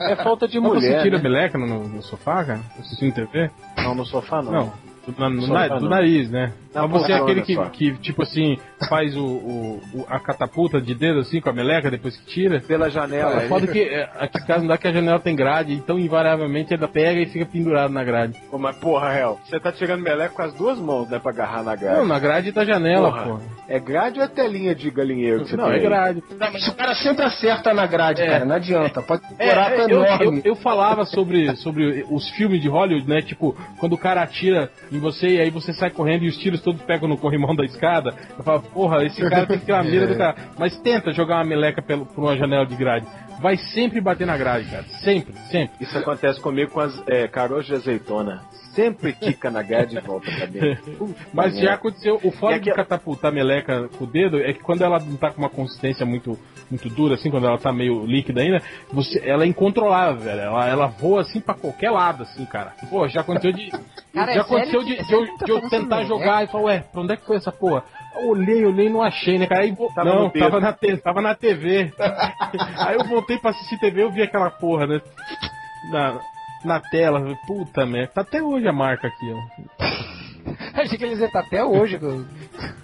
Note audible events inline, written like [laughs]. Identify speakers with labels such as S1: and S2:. S1: É falta de
S2: Não
S1: mulher. Né?
S2: sentiram a meleca no, no- no sofá, cara? Assistindo TV?
S1: Não, no sofá não.
S2: Não. Do, na- no
S1: Só
S2: na-
S1: pra
S2: do
S1: não.
S2: nariz, né?
S1: Na
S2: Mas você é
S1: poltrona
S2: aquele que,
S1: só.
S2: que, tipo assim, faz o, o- o- a catapulta de dedo assim com a meleca depois que tira?
S1: Pela janela.
S2: É foda que é, aqui em casa não dá que a janela tem grade, então invariavelmente ela pega e fica pendurado na grade.
S1: Pô, Mas porra, réu, você tá tirando meleca com as duas mãos, né, pra agarrar na grade.
S2: Não, na grade da janela,
S1: Porra.
S2: pô.
S1: É grade ou é telinha de galinheiro que você
S2: Não,
S1: tem
S2: é
S1: aí?
S2: grade.
S3: Não, mas o cara sempre acerta na grade,
S2: É.
S3: cara. Não adianta. Pode ter um buraco
S2: eu, eu,
S3: enorme.
S2: eu falava sobre, sobre os filmes de Hollywood, né? Tipo, quando o cara atira em você e aí você sai correndo e os tiros todos pegam no corrimão da escada. Eu falo, porra, esse cara tem que ter uma mira do cara. Mas tenta jogar uma meleca pelo, por uma janela de grade. Vai sempre bater na grade, cara. Sempre, sempre.
S1: Isso acontece comigo com as é, caroços de azeitona. Sempre quica na grade e volta pra dentro. Puta
S2: [laughs] Mas já
S1: merda.
S2: aconteceu. O foda
S1: É. E aqui- é-
S2: de catapultar a meleca com o dedo é que quando ela não tá com uma consistência muito, muito dura, assim, quando ela tá meio líquida ainda, você, ela é incontrolável, velho. Ela, ela voa assim pra qualquer lado, assim, cara. Pô, já aconteceu de.
S4: [laughs] Cara,
S2: já
S4: é sério
S2: aconteceu
S4: que
S2: de,
S4: você
S2: de eu,
S4: nunca
S2: de eu
S4: falou
S2: tentar
S4: sobre
S2: jogar e falar, ué, pra onde é que foi essa porra? Eu olhei, olhei e não achei, né, cara? Aí, vo-
S1: Tava
S2: não,
S1: no dedo.
S2: tava na, te- tava na TV. [laughs] Aí eu voltei pra assistir TV e eu vi aquela porra, né? Na, na tela, Eu falei, puta merda. Tá até hoje a marca aqui, ó.
S4: Achei que eles iam estar até hoje. cara.